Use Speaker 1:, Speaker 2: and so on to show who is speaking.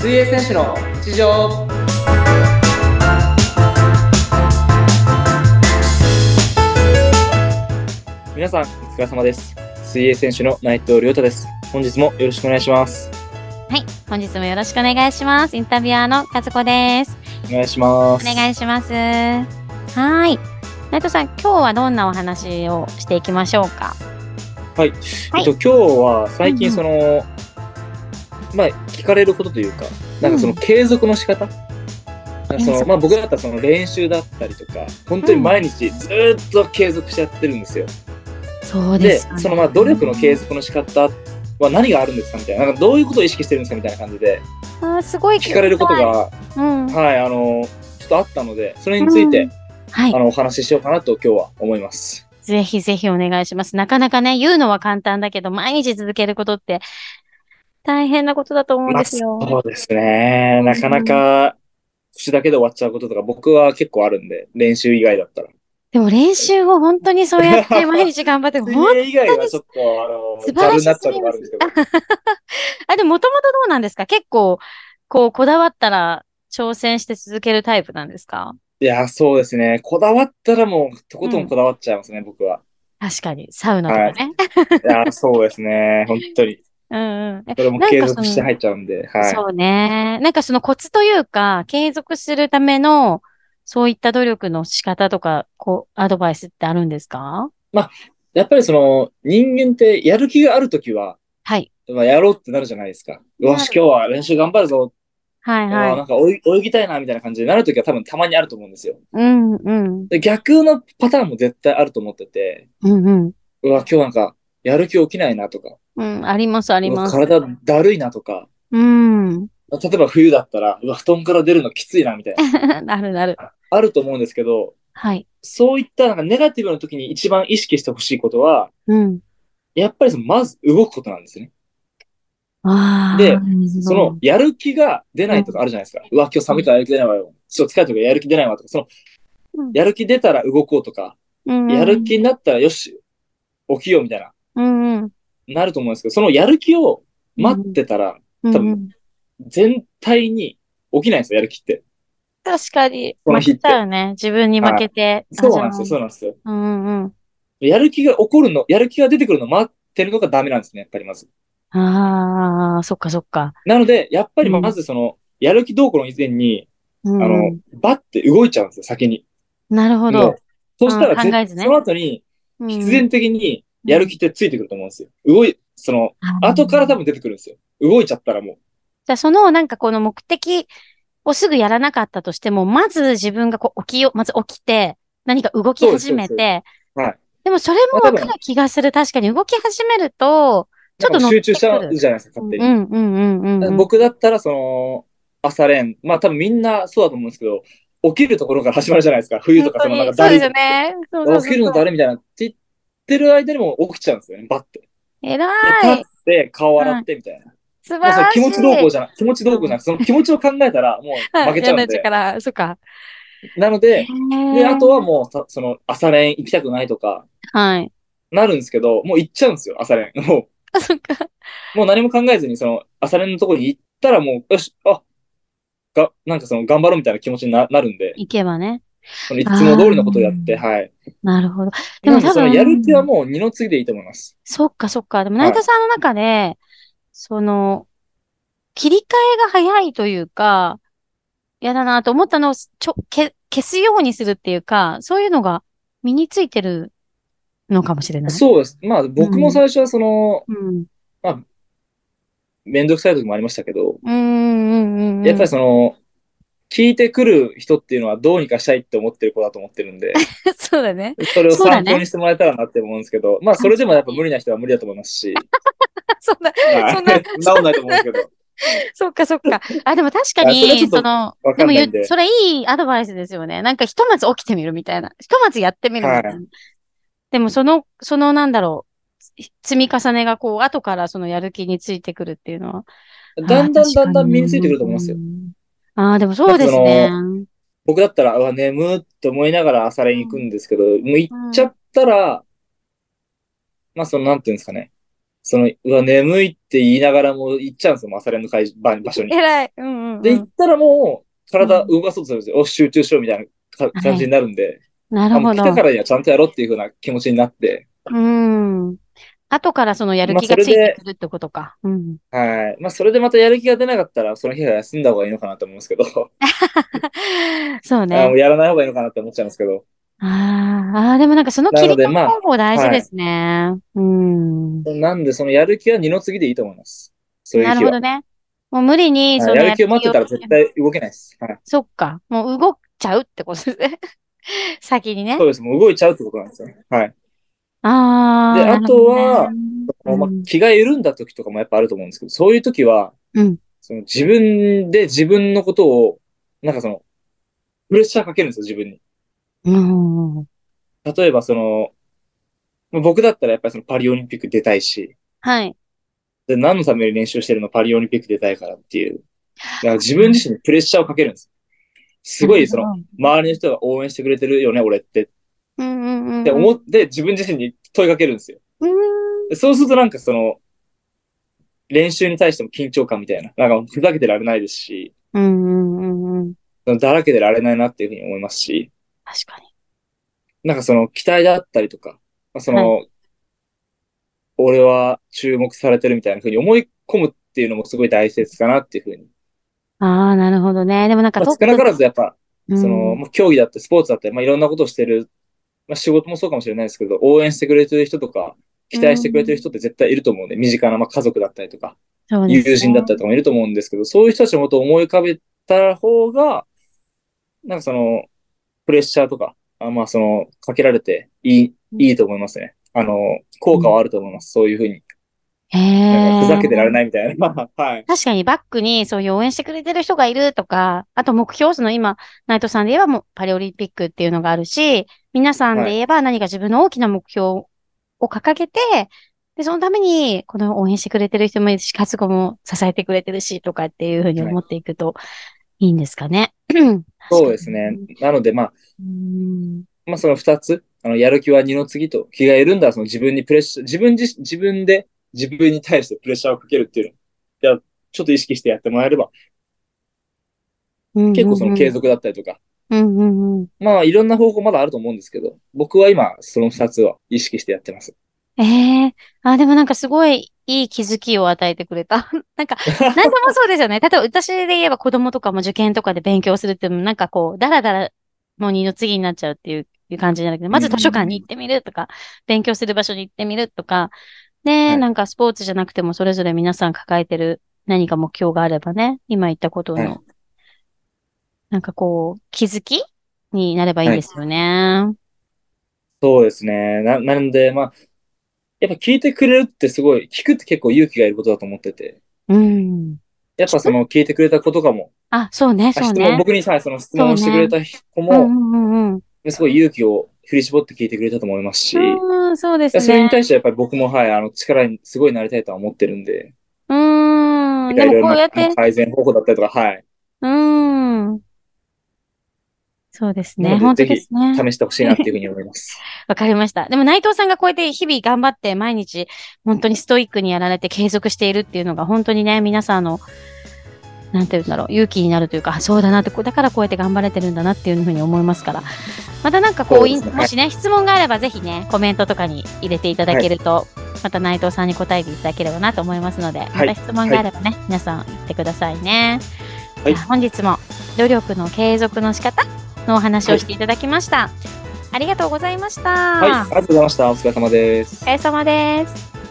Speaker 1: 選手の日常
Speaker 2: 皆さん、お疲れ様です。水泳選手の内藤亮太です。本日もよろしくお願いします。
Speaker 3: はい、本日もよろしくお願いします。インタビュアーの和子です。
Speaker 2: お願いします。
Speaker 3: お願いします。はーい。内藤さん、今日はどんなお話をしていきましょうか。
Speaker 2: はい。
Speaker 3: はい
Speaker 2: えっと、今日は最近
Speaker 3: うんう
Speaker 2: その、まあ、聞かれることというか、なんかその
Speaker 3: うん
Speaker 2: 継続の仕方、なんかそ
Speaker 3: 継
Speaker 2: の
Speaker 3: 続
Speaker 2: まあ、僕だったらその練習だったりとか、本当に毎日ずーっと継続しちゃってるんですよ。
Speaker 3: そう
Speaker 2: で、
Speaker 3: ですよね。
Speaker 2: そのまあ努力の継続の仕方は何があるんですかみたいな、なんかどういうことを意識してるんですかみたいな感じで、
Speaker 3: あーすごい
Speaker 2: 聞かれること。が、
Speaker 3: うん。
Speaker 2: はい、あの、ちょっとあったので、それについて、
Speaker 3: うんはい
Speaker 2: あ。の、お話ししようかなと今日は思います。
Speaker 3: ぜひぜひお願いします。なかなかね、言うのは簡単だけど、毎日続けることって大変なことだと思うんですよ。
Speaker 2: そうですね。なかなか、口だけで終わっちゃうこととか、僕は結構あるんで、練習以外だったら。
Speaker 3: でも練習を本当にそう やって毎日頑張って、
Speaker 2: 水
Speaker 3: ほん
Speaker 2: 泳以外はちょっと、あの、
Speaker 3: 素
Speaker 2: ざ
Speaker 3: 晴
Speaker 2: る
Speaker 3: ら
Speaker 2: になっ
Speaker 3: し
Speaker 2: ちゃ
Speaker 3: す
Speaker 2: うの
Speaker 3: ぎ
Speaker 2: もあ
Speaker 3: ま
Speaker 2: るんですすけど。
Speaker 3: あ、でももともとどうなんですか結構、こう、こだわったら挑戦して続けるタイプなんですか
Speaker 2: いや、そうですね。こだわったらもう、とことんこだわっちゃいますね、僕は。
Speaker 3: 確かに、サウナとかね。
Speaker 2: いや、そうですね。本当に。
Speaker 3: うんうん。え
Speaker 2: それも
Speaker 3: なんか
Speaker 2: 継
Speaker 3: そ
Speaker 2: 続
Speaker 3: の
Speaker 2: して入っちゃうんで、はい。
Speaker 3: そうね。なんかそのコツというか、継続するための、そういった努力の仕方とか、こう、アドバイスってあるんですか
Speaker 2: やっぱりその、人間ってやる気があるときは、
Speaker 3: はい。
Speaker 2: まあ、やろうってなるじゃないですか。よし、今日は練習頑張るぞ。
Speaker 3: はい
Speaker 2: あー
Speaker 3: は。
Speaker 2: ないんか泳ぎ泳ぎたいな、みたいな感じになるときは多分たまにあると思うんですよ。
Speaker 3: うんうん。
Speaker 2: で逆のパターンも絶対あると思ってて、
Speaker 3: うんうん。
Speaker 2: うわ、今日なんか、やる気起きないなとか、
Speaker 3: うん、ありますあり
Speaker 2: うわ
Speaker 3: ます。
Speaker 2: 体だるいなとか、
Speaker 3: うん。
Speaker 2: 例えば冬だったら、うわ、布団から出るのきついなみたいな、
Speaker 3: なるなる。
Speaker 2: あると思うんですけど、
Speaker 3: はい。
Speaker 2: そういったなんかネガティブの時に一番意識してほしいことは、
Speaker 3: うん。
Speaker 2: やっぱりそのまず動くことなんですね。
Speaker 3: ああ。
Speaker 2: で
Speaker 3: うん
Speaker 2: その、、やる気が出ないとかあるじゃないですか。うわ、今日寒いからやる気出ないわよ。ちょっと疲れたからやる気出ないわとか、その、
Speaker 3: うん
Speaker 2: やる気出たら動こうとか、
Speaker 3: うんうん
Speaker 2: やる気になったらよし、起きようみたいな、
Speaker 3: うんうん。
Speaker 2: なると思うんですけど、そのやる気を待ってたら、
Speaker 3: うん
Speaker 2: 多
Speaker 3: う
Speaker 2: 分
Speaker 3: ん。
Speaker 2: 全体に起きないんですよ、やる気って。
Speaker 3: 確かに、
Speaker 2: この
Speaker 3: 負
Speaker 2: 日って
Speaker 3: けちゃうね。自分に負けて。
Speaker 2: そうなんですよ、
Speaker 3: 始
Speaker 2: そ
Speaker 3: ま
Speaker 2: うなんですよ。
Speaker 3: るうんうん。
Speaker 2: やる気が起こるの、やる気が出てくるのを待ってるのがダメなんですね、やっぱりまず。
Speaker 3: ああ、そっかそっか。
Speaker 2: なので、やっぱり
Speaker 3: うん
Speaker 2: まずその、やる気どうこうの以前に、
Speaker 3: う
Speaker 2: あ
Speaker 3: んう
Speaker 2: の
Speaker 3: ん、、
Speaker 2: バッて動いちゃうんですよ、先に。
Speaker 3: なるほ
Speaker 2: も
Speaker 3: ど
Speaker 2: う。そうしたら
Speaker 3: あー
Speaker 2: 絶
Speaker 3: 考えずね
Speaker 2: その後に、必然的にやる気ってついてくると思うんですよ。動い、その、
Speaker 3: うん
Speaker 2: 後から多
Speaker 3: じ
Speaker 2: 分出てくるんですよ。動いちゃったらも
Speaker 3: ゃあその、なんかこの目的をすぐやらなかったとしても、まず自分がこう起きよう、まず起きて、何か動き始め
Speaker 2: そうで
Speaker 3: て、
Speaker 2: う。はい。
Speaker 3: でもそれもわかる気がする。確かに動き始めると、ちょっと
Speaker 2: なんか
Speaker 3: 乗っ
Speaker 2: 集
Speaker 3: てく
Speaker 2: 中しちゃ
Speaker 3: る
Speaker 2: うじゃないですか、
Speaker 3: う
Speaker 2: 勝
Speaker 3: ん
Speaker 2: 手
Speaker 3: う
Speaker 2: に。
Speaker 3: んうんうんうん。
Speaker 2: 僕だったら、その、朝練、まあ多分みんなそうだと思うんですけど、起きるところから始まるじゃないですか。冬とか、そ
Speaker 3: 本
Speaker 2: の
Speaker 3: 当
Speaker 2: なんか誰
Speaker 3: にそうですよね。そうそうそう
Speaker 2: 起きるの誰みたいなって言ってる間にもう起きちゃうんですよね、バッて。で
Speaker 3: 偉い
Speaker 2: 立。って、顔洗ってみたいな。
Speaker 3: 素晴
Speaker 2: まあその
Speaker 3: らし
Speaker 2: 気
Speaker 3: い。
Speaker 2: 持ちどうこうじゃなく、気持ちどうこうじゃなく、その気持ちを考えたらもう負けちゃうん
Speaker 3: はい嫌な
Speaker 2: で。
Speaker 3: 力そっか。
Speaker 2: なので、
Speaker 3: で
Speaker 2: で、あとはもうた、その朝練行きたくないとか、
Speaker 3: はい。
Speaker 2: なるんですけど、もう行っちゃうんですよ、朝練。 も
Speaker 3: あ、そっか。
Speaker 2: う、もう何も考えずに、その、朝練のところに行ったらもう、よし、あ、が、なんかその、頑張ろうみたいな気持ちにななるんで、
Speaker 3: いけばね。
Speaker 2: その、いつも通りのことをやって、はい。
Speaker 3: なるほど。で
Speaker 2: なの
Speaker 3: も
Speaker 2: で、
Speaker 3: 多
Speaker 2: その、
Speaker 3: 分、
Speaker 2: やる気はもう二の次でいいと思います。
Speaker 3: そっかそっか。でも、
Speaker 2: はい
Speaker 3: 内藤さんの中で、その、切り替えが早いというか、嫌だなと思ったのをちょけ消すようにするっていうか、そういうのが身についてるのかもしれない。
Speaker 2: そうです。まあ、僕も最初はその、
Speaker 3: うん。
Speaker 2: めんどくさい時もありましたけど、
Speaker 3: うんうんうんうん。
Speaker 2: やっぱりその、聞いてくる人っていうのはどうにかしたいって思ってる子だと思ってるん で、
Speaker 3: そうだね。
Speaker 2: それを
Speaker 3: そうだ
Speaker 2: 参
Speaker 3: ね
Speaker 2: 考にしてもらえたらなって思うんですけど、まあそれでもやっぱ無理な人は無理だと思いますし、
Speaker 3: そうだ。
Speaker 2: はい
Speaker 3: そ んな
Speaker 2: 治んないと思うんですけど、
Speaker 3: そっかそっか。あ、でも確か
Speaker 2: いやそれはちょ
Speaker 3: に、
Speaker 2: っと
Speaker 3: その
Speaker 2: わ、か
Speaker 3: で
Speaker 2: ん
Speaker 3: も
Speaker 2: ない
Speaker 3: ゆ
Speaker 2: んで
Speaker 3: それいいアドバイスですよね。なんかひとまず起きてみるみたいな。ひとまずやってみるみたいな。
Speaker 2: は
Speaker 3: でもその、そのなんだろう。積み重ねがこう、後からそのやる気についてくるっていうのは。
Speaker 2: だんだ
Speaker 3: あ
Speaker 2: ん
Speaker 3: ー
Speaker 2: だんだん身についてくると思いますよ。。
Speaker 3: ああー、でもそうですね。
Speaker 2: 僕だったら、うわ、眠って思いながら朝練行くんですけど、もう行っちゃったら、まあ、その、なんていうんですかね。その、うわ、眠いって言いながらも行っちゃうんですよ、朝練の会場場所に。
Speaker 3: 偉い。うんうん、
Speaker 2: で、
Speaker 3: う
Speaker 2: 行
Speaker 3: ん。
Speaker 2: ったらもう、体動かそうとするんですよ。お集中しようみたいなか感じになるんで、
Speaker 3: な
Speaker 2: あ
Speaker 3: る
Speaker 2: もう
Speaker 3: ほ
Speaker 2: 来
Speaker 3: ど。
Speaker 2: たからにはちゃんとやろうっていうふうな気持ちになって、
Speaker 3: うん。後からそのやる気
Speaker 2: まあそ
Speaker 3: が
Speaker 2: れ
Speaker 3: ついて
Speaker 2: で
Speaker 3: くるってことか。うん。
Speaker 2: はい。まあ、それでまたやる気が出なかったら、その日は休んだ方がいいのかなと思うんですけど、
Speaker 3: そう
Speaker 2: あも
Speaker 3: ね。
Speaker 2: うやらない方がいいのかなって思っちゃうんですけど、
Speaker 3: あーあー、でもなんかその切
Speaker 2: な
Speaker 3: り
Speaker 2: ので
Speaker 3: 替え
Speaker 2: まあ
Speaker 3: 方法大事ですね。うん。
Speaker 2: なんで、そのやる気は二の次でいいと思います。そういう
Speaker 3: な
Speaker 2: 日
Speaker 3: るほ
Speaker 2: は。
Speaker 3: どね。もう無理に、そ
Speaker 2: は
Speaker 3: の
Speaker 2: いやる気を待ってたら
Speaker 3: やる
Speaker 2: 絶
Speaker 3: 気を
Speaker 2: 対動けないです。はい。
Speaker 3: そっか。もう動っちゃうってことですね。 先にね
Speaker 2: そ。うです。もう動いちゃうってことなんですよ。はい。
Speaker 3: ああ。
Speaker 2: で
Speaker 3: なるほどね
Speaker 2: あとは、もうまあ気が緩んだ時とかもやっぱあると思うんですけど、そういう時は、
Speaker 3: うん
Speaker 2: その自分で自分のことを、なんかその、プレッシャーかけるんですよ、自分に。
Speaker 3: うん。うん。
Speaker 2: 例えばその、まあ僕だったらやっぱりそのパリオリンピック出たいし、
Speaker 3: はい。
Speaker 2: で何のために練習してるのパリオリンピック出たいからっていう。だから自分自身にプレッシャーをかけるんです。すごいその、
Speaker 3: の。
Speaker 2: 周りの人が応援してくれてるよね、俺って。
Speaker 3: うんうんうんうん。
Speaker 2: って思って自分自身に問いかけるんですよ。
Speaker 3: うん
Speaker 2: でそうするとなんかその、練習に対しても緊張感みたいな。なんかふざけてられないですし、
Speaker 3: うんうんうん。
Speaker 2: そのだらけてられないなっていうふうに思いますし、
Speaker 3: 確かに。
Speaker 2: なんかその期待だったりとか、まあその、俺は注目されてるみたいなふうに思い込むっていうのもすごい大切かなっていうふうに。
Speaker 3: ああ、なるほどね。でもなんか
Speaker 2: まあ、
Speaker 3: トッ
Speaker 2: 少
Speaker 3: プ
Speaker 2: なからずやっぱ、
Speaker 3: うん
Speaker 2: その、まあ競技だってスポーツだって、まあいろんなことをしてる、まあ仕事もそうかもしれないですけど、応援してくれてる人とか、期待してくれてる人って絶対いると思うんで、身近な、まあ、家族だったりとか、
Speaker 3: そうですね
Speaker 2: 友人だったりとかもいると思うんですけど、そういう人たちのことを思い浮かべた方が、なんかその、プレッシャーとか、あまあその、かけられていい、いいと思いますね。あの、効果はあると思います。そういうふうに。
Speaker 3: へ
Speaker 2: なん
Speaker 3: え。
Speaker 2: かふざけてられないみたいな。 はい。
Speaker 3: 確かにバックにそういう応援してくれてる人がいるとか、あと目標、その今、ナイトさんで言えばもうパリオリンピックっていうのがあるし、皆さんで言えば何か自分の大きな目標を掲げて、で、そのために、この応援してくれてる人もいるし、活動も支えてくれてるし、とかっていうふうに思っていくといいんですかね。
Speaker 2: そうですね。なので、まあ、
Speaker 3: うん。
Speaker 2: まあその二つ、あの、やる気は二の次と、気が緩んだらその自分にプレッシャー、自分自、自分で自分に対してプレッシャーをかけるっていうのを。いや、ちょっと意識してやってもらえれば、結構その継続だったりとか、
Speaker 3: うんうんうん。
Speaker 2: まあ、いろんな方法まだあると思うんですけど、僕は今、その二つは意識してやってます。
Speaker 3: ええあ、でもなんかすごいいい気づきを与えてくれた。 なんか、何でもそうですよね。例えば私で言えば子供とかも受験とかで勉強するっていうのもなんかこう、だらだらもう二の次になっちゃうっていう、いう感じになるけど、まず図書館に行ってみるとか、勉強する場所に行ってみるとか、
Speaker 2: は
Speaker 3: ね、
Speaker 2: い
Speaker 3: なんかスポーツじゃなくてもそれぞれ皆さん抱えてる何か目標があればね、今言ったこと
Speaker 2: はい
Speaker 3: の、なんかこう、気づきになればいいですよね。
Speaker 2: そうですね。な、なので、まあ、やっぱ聞いてくれるってすごい、聞くって結構勇気がいることだと思ってて、
Speaker 3: うん。
Speaker 2: やっぱその聞いてくれた子とかも、
Speaker 3: あ、そうね、
Speaker 2: あ
Speaker 3: そう
Speaker 2: 質
Speaker 3: ね
Speaker 2: 問、。僕にさ、その質問をしてくれた子
Speaker 3: うんう
Speaker 2: も、
Speaker 3: んうんうん。
Speaker 2: すごい勇気を振り絞って聞いてくれたと思いますし、
Speaker 3: うん、そうです
Speaker 2: それ
Speaker 3: ね
Speaker 2: に。対してやっぱり僕も、はい、あの、力にすごいなりたいとは思ってるんで、
Speaker 3: うーん。
Speaker 2: い
Speaker 3: でも
Speaker 2: ろいろ
Speaker 3: こう
Speaker 2: な
Speaker 3: やって、う
Speaker 2: 改善方法だったりとか、はい、
Speaker 3: ーん。そうですね。
Speaker 2: なので
Speaker 3: 本当
Speaker 2: ぜひ
Speaker 3: ですね。
Speaker 2: 試してほしいなっていうふうに思います。
Speaker 3: わかりました。でも内藤さんがこうやって日々頑張って毎日本当にストイックにやられて継続しているっていうのが本当にね、皆さんの、なんて言うんだろう、勇気になるというか、あそうだなって、こうだからこうやって頑張れてるんだなっていうふうに思いますから。またなんかこ、
Speaker 2: そううですね
Speaker 3: もしね、質問があればぜひね、コメントとかに入れていただけると、また内藤さんに答えていただければなと思いますので、ま
Speaker 2: い
Speaker 3: た質問があればね、皆さん言ってくださいね。
Speaker 2: はい
Speaker 3: じゃあ本日も努力の継続の仕方のお話をしていただきました。ありがとうございました。
Speaker 2: はい、ありがとうございました。お疲れ様です
Speaker 3: お疲。れ様です。